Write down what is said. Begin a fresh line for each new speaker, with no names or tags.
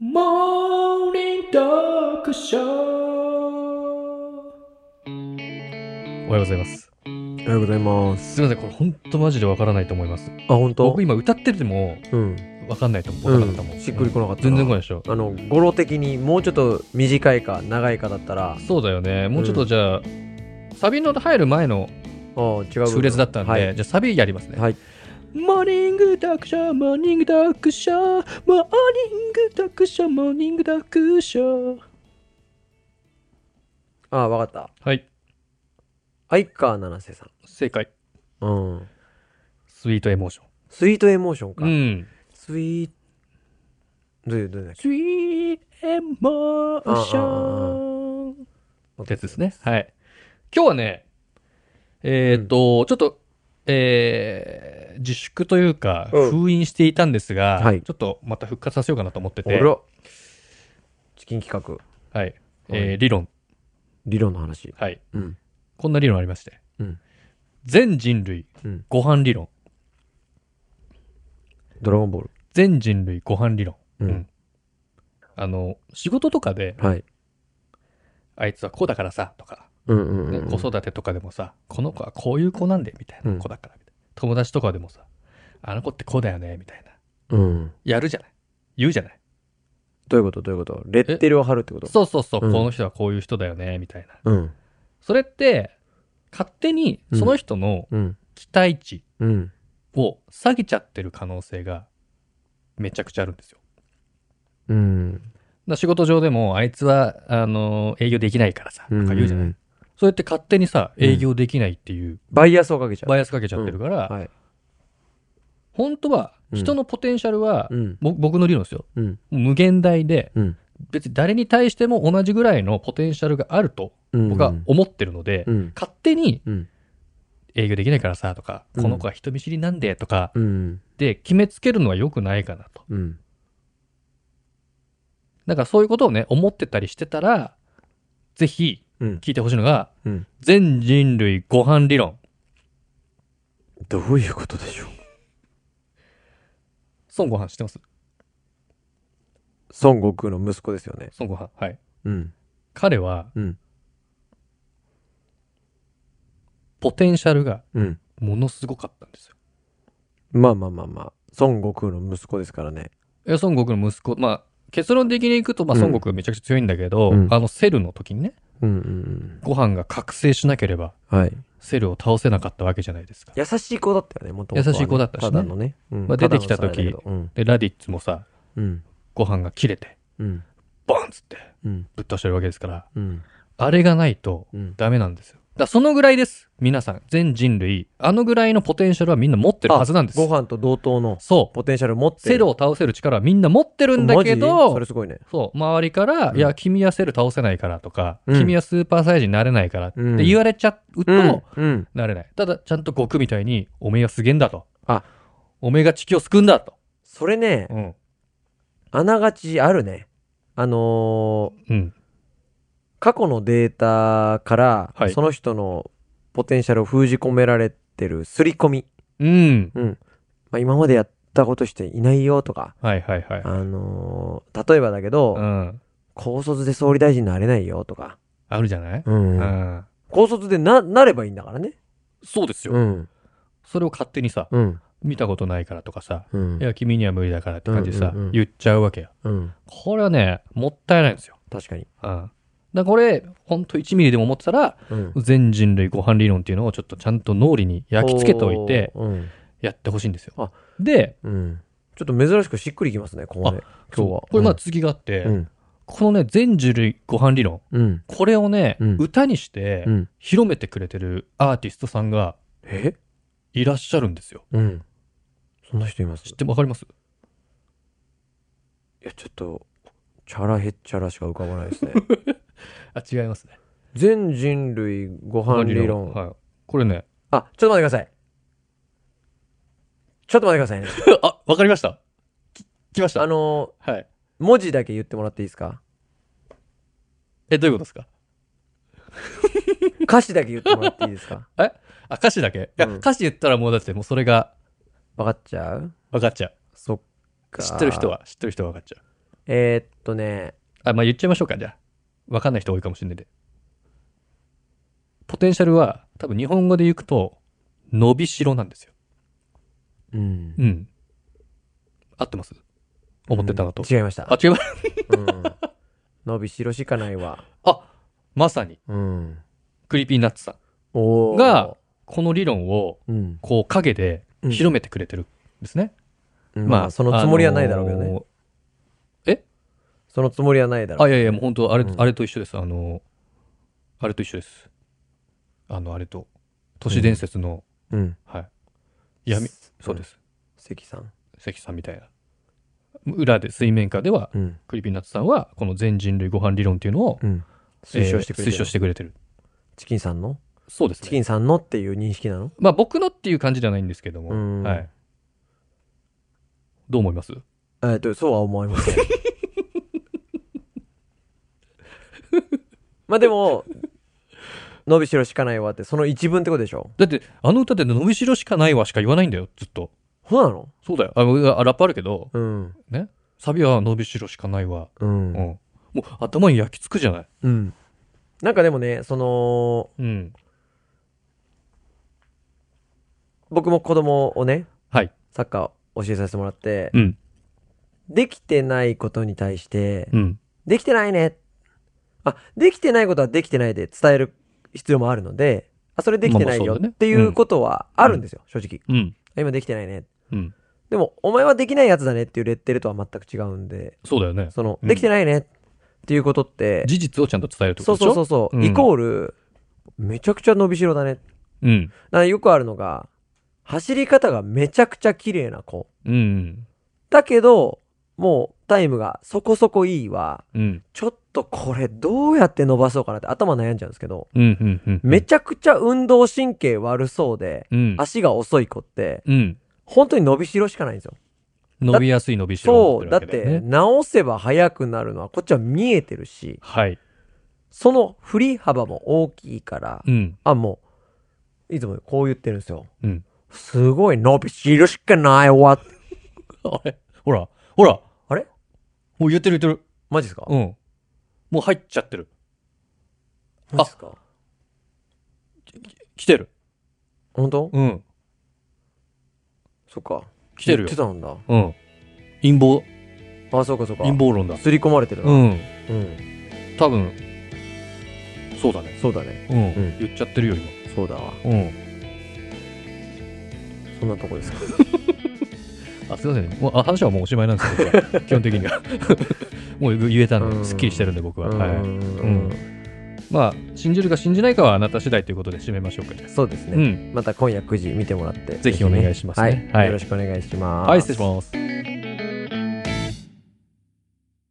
モーニング読書
おはようございます。
おはようございます。
すみません、これ本当マジでわからないと思います。
あ、本当
僕？今歌ってても
うん。
わかんないと思う。わ
う
かんなかったもん。
ん。しっくりこなかった
全
な。
然来ないでしょ。
あの語呂的にもうちょっと短いか長いかだったら、あ
そうだよね。もうちょっとじゃあ、サビの入る前の
ー違う。
数列だったんで、
はい。
じゃあサビやりますね。
はい。
モーニング読書モーニング読書モーニング読書モーニング読書
あー、わかった。
はい。
相川七瀬さ
正解。
ん。うん。
スイートエモーショ
スイートエモーションか。
ン。うん。
スイート、どういう、どういうだっけ
スイーエモーション
ってやつですね。はい。今日はね、えーっと、ちょっと、えー自粛というか、
うん
封印していたんですが、
はい
ちょっとまた復活させようかなと思って
あ
て、
ら。チキン企画、
はい。えー理論。
理論の話。
はい。
うん。
こんな理論ありまして。
うん
全人類
うん。
ご飯理論。
ドラゴンボール。
全人類ご飯理論。
うん
あの、仕事とかで、
はい。
あいつはこうだからさ、とか、
うんうん
ね
うん。
子育てとかでもさ、この子はこういう子なんで、みたいうなん子だから、みたいな。友達とかでもさ、あの子ってこうだよね、みたいな。
うん。
やるじゃない。言うじゃない。
どういうことどういうことレッテルを貼るってこと
そうそうそう、
うん
この人はこういう人だよね、みたいな。
うん。
それって、勝手にその人の
うん。
期待値
うん。
を下げちゃってる可能性がめちゃくちゃあるんですよ。
うん。
だから仕事上でも、あいつは、あの、営業できないからさ、とか言うじゃない。
ん
そうやって勝手にさ、
うん
営業できないっていう、
バイアスをかけちゃう。
バイアスかけちゃってるから、
はい。
本当は、
うん
人のポテンシャルは、
うん。
ぼ僕の理論ですよ。
うん。
無限大で、
うん。
別に誰に対しても同じぐらいのポテンシャルがあると、僕は思ってるので、
うん。
勝手に
うん。
営業できないからさ、とか、
うん
この子は人見知りなんで、とか、
うん。
で、決めつけるのは良くないかなと。
うん。
だからそういうことをね、思ってたりしてたら、ぜひ、
うん。
聞いてほしいのが、
うん
全人類ご飯理論。
どういうことでしょう。
孫悟飯知ってます
孫悟空の息子ですよね。
孫悟飯。はい。
うん。
彼は、
うん
ポテンシャルが
うん。
ものすごかったんですよ。
まあまあまあまあ。孫悟空の息子ですからね。
いや孫悟空の息子、まあ、結論的にいくと、まあ、
うん
孫悟空めちゃくちゃ強いんだけど、
うん
あの、セルの時にね、
うんうん
ご飯が覚醒しなければ、
うん。はい。
セルを倒せなかったわけじゃないですか。
優しい子だったよね、もともと。
優しい子だったしね
ただのね。うん
まあ出てきた時
ただの幼いんだ
で、ラディッツもさ、
けどうん。
ご飯が切れて、
うん。
ボンっつって、
うん。
ぶっ倒してるわけですから、
うん。
あれがないと、
うん。
ダメなんですよ。だからそのぐらいです。皆さん、全人類、あのぐらいのポテンシャルはみんな持ってるはずなんです。
ご飯と同等の
そう。
ポテンシャル持ってる。
セルを倒せる力はみんな持ってるんだけ
マジ
ど
それ、すごいね。
そう、周りから、
うん
いや、君はセル倒せないからとか、
うん
君はスーパーサイジになれないからって
うん
言われちゃうと、
うん。うん。
なれない。ただ、ちゃんと悟空みたいに、おめえがすげえんだと。
あ
おめえが地球を救うんだと。
それね
う、ん。
あながちあるね。あのー、
うん。
過去のデータから、
はい
その人のポテンシャルを封じ込められてる刷り込み、
うん。
まあ、今までやったことしていないよとか、
はいはいはい。
あのー例えばだけど、
うん。
高卒で総理大臣になれないよとか、
あるじゃない、
うん
うん、
高卒でななればいいんだからね。
そうですよ、
うん、
それを勝手にさ、
うん、
見たことないからとかさ、
うん
い、や、君には無理だからって感じでさ、
うんうんうん
言っちゃうわけよ。
うん、
これはね、もったいないんですよ。
確かに。
うん。だからこれ、ほんと1ミリでも思ってたら、
うん、
全人類ご飯理論っていうのをちょっとちゃんと脳裏に焼き付けておいて、
おー、うん、
やってほしいんですよ
あ。
で、
うん。ちょっと珍しくしっくりきますね、ここね。今日は
そう。これまだ次があって、
うん、
このね、全人類ご飯理論、
うん、
これをね、
うん
歌にして
うん。
広めてくれてるアーティストさんが
え
いらっしゃるんですよ。
うん。そんな人います
知ってわかります
いや、ちょっと、チャラへっちゃらしか浮かばない ですね。
あ、違いますね。
全人類ご飯理論。
はい。これね、
あ、ちょっと待ってください。ちょっと待ってくださいね。
あ、わかりました。き、来まし
あ
た。
の
はい。
ー、文字だけ言ってもらっていいですか
え、どういうことですか
歌詞だけ言ってもらっていいです か
あ、歌詞だけいや、
うん
歌詞言ったらもうだってもうそれが
わかっちゃう
分かっちゃ
そっ
う。
か。
知ってる人。は、知ってる人は分かっちゃう。
えーっとね、
あ、まあ、言っちゃいましょうか、じゃあ。わかんない人多いかもしれないんで。ポテンシャルは、多分日本語で言うと、伸びしろなんですよ。
うん。
うん。合ってます思ってたのと。
違いました。
あ、違います。
うん。伸びしろしかないわ。
あ、まさに、
うん。
クリーピーナッツさん。
おー
が、この理論を、
うん。
こう、陰で
うん
広めてくれてるんですね。
まあ、そのつもりはないだろうけどね。
あのー
そのつもりはないだろ
あ、
う。
いやいや、もう本当あれ、
うん
あれと一緒です。あの、あれと一緒です。あの、あれと。都市伝説の、
うん。
はい。闇、そうです。
関さん。
関さんみたいな。裏で、水面下では、
うん。
クリピーナッツさんは、この全人類ご飯理論っていうのを、
うん。推奨してくれ
え
て
ー推
る。
奨してくれてる。
チキンさんの
そうです
チキ
ね。
ンさんのっていう認識なの
まあ、僕のっていう感じではないんですけど
う
も、
ん
はい。どう思います
えーっと、そうは思いません。 まあでも、伸びしろしかないわって、その一文ってことでしょ
だって、あの歌で伸びしろしかないわしか言わないんだよ、ずっと。
そうなの
そうだよ。あのあラップあるけど、
うん。
ね。サビは伸びしろしかないわ。
う
うん。
ん。
もう頭に焼き付くじゃない。
うん。なんかでもね、その、
うん。
僕も子供をね、
はい。
サッカー教えさせてもらって、
うん。
できてないことに対して、
うん。
できてないね。あ、できてないことはできてないで伝える必要もあるので、あ、それできてない
まあまあ
よ
そうだね
っていうことはあるんですよ、正直。
うん。
あ今できてないね。
うん。
でも、お前はできないやつだねっていうレッテルとは全く違うんで、
そうだよね。
その、
うん
できてないねっていうことって、
事実をちゃんと伝えるってこ
そう
とでし
そ
ょ
うそううそう、
ん
イコール、めちゃくちゃ伸びしろだね。だか
そう。うん。
らよくあるのが、走り方がめちゃくちゃ綺麗な子。
うん。
だけど、もうタイムがそこそこいいわ。
うん。
ちょっとこれどうやって伸ばそうかなって頭悩んじゃうんですけど、
うん。うん。うん。
めちゃくちゃ運動神経悪そうで、
うん。
足が遅い子って、
うん。
本当に伸びしろしかないんですよ。
伸びやすい伸びしろ
そ
に
う。
な
だっ
ってるわけよ
て、
ね。
直せば速くなるのはこっちは見えてるし、
はい。
その振り幅も大きいから、
うん。
あ、もう、いつもこう言ってるんですよ。
うん。
すごい伸びしろしかないわ。
あれほら。ほら。
あれ
もう言ってる言ってる。
マジですか
うん。もう入っちゃってる。
マジですか
来てる。
本当
うん。
そっか。
来てる
言
よ
って。たんだ。
うん。陰謀、
あ、そうかそうか。
陰謀論だ。
刷り込まれてるな
うん。
うん。
多分、そうだね。
そうだね。
うん。
うん
言っちゃってるよ、
そうだわ。
今。うん。
そんなとこですか。
あ、すいませんね。もうあ話はもうおしまいなんですけど 僕は、基本的には。もう言えたん
うん
で、すっきりしてるんで、僕は。はい。
うん。
まあ、信じるか信じないかはあなた次第ということで締めましょうかね。
そうです
う
ね。
ん。
また今夜9時見てもらって。
ぜひお願いしますね
は。
はいい
よろしくお願いします。
はい、失礼します。